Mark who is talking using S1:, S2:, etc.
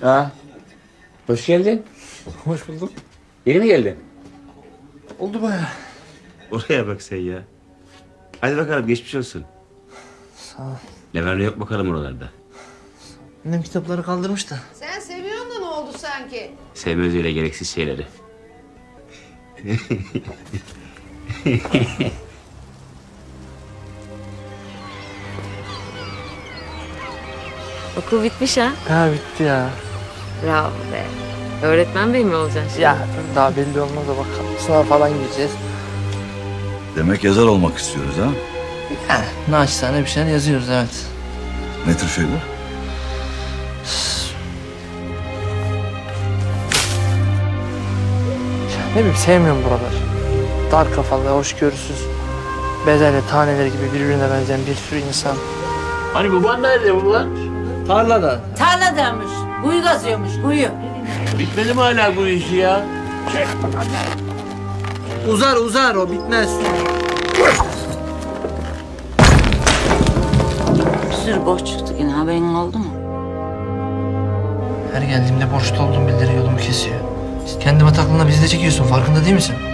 S1: Ha. Hoş geldin.
S2: Hoş bulduk.
S1: Yeni mi geldin?
S2: Oldu baya.
S1: Oraya bak sen ya. Hadi bakalım geçmiş olsun.
S2: Sağ ol.
S1: Leverle yok bakalım oralarda.
S2: Annem kitapları kaldırmış da.
S3: Sen seviyorsun da ne oldu sanki?
S1: Sevmez öyle gereksiz şeyleri.
S4: Okul bitmiş ha.
S2: Ha bitti ya.
S4: Bravo be. Öğretmen bey mi olacaksın şimdi?
S2: Ya daha belli olmaz da bak sınava falan gireceğiz.
S5: Demek yazar olmak istiyoruz ha?
S2: Ha, naçizane bir şeyler yazıyoruz evet.
S5: Ne tür şeyler?
S2: Ne bileyim sevmiyorum buraları. Dar kafalı, hoşgörüsüz. Bezelye taneleri gibi birbirine benzeyen bir sürü insan.
S1: Hani baban nerede baban?
S2: Tarlada.
S6: Tarladaymış. Kuyu kazıyormuş kuyu.
S1: Bitmedi mi hala bu işi ya?
S2: Uzar uzar o bitmez.
S6: Bir sürü boş çıktı yine haberin oldu mu?
S2: Her geldiğimde borçlu olduğumu bildiriyor yolumu kesiyor. Kendi bataklığına bizi de çekiyorsun farkında değil misin?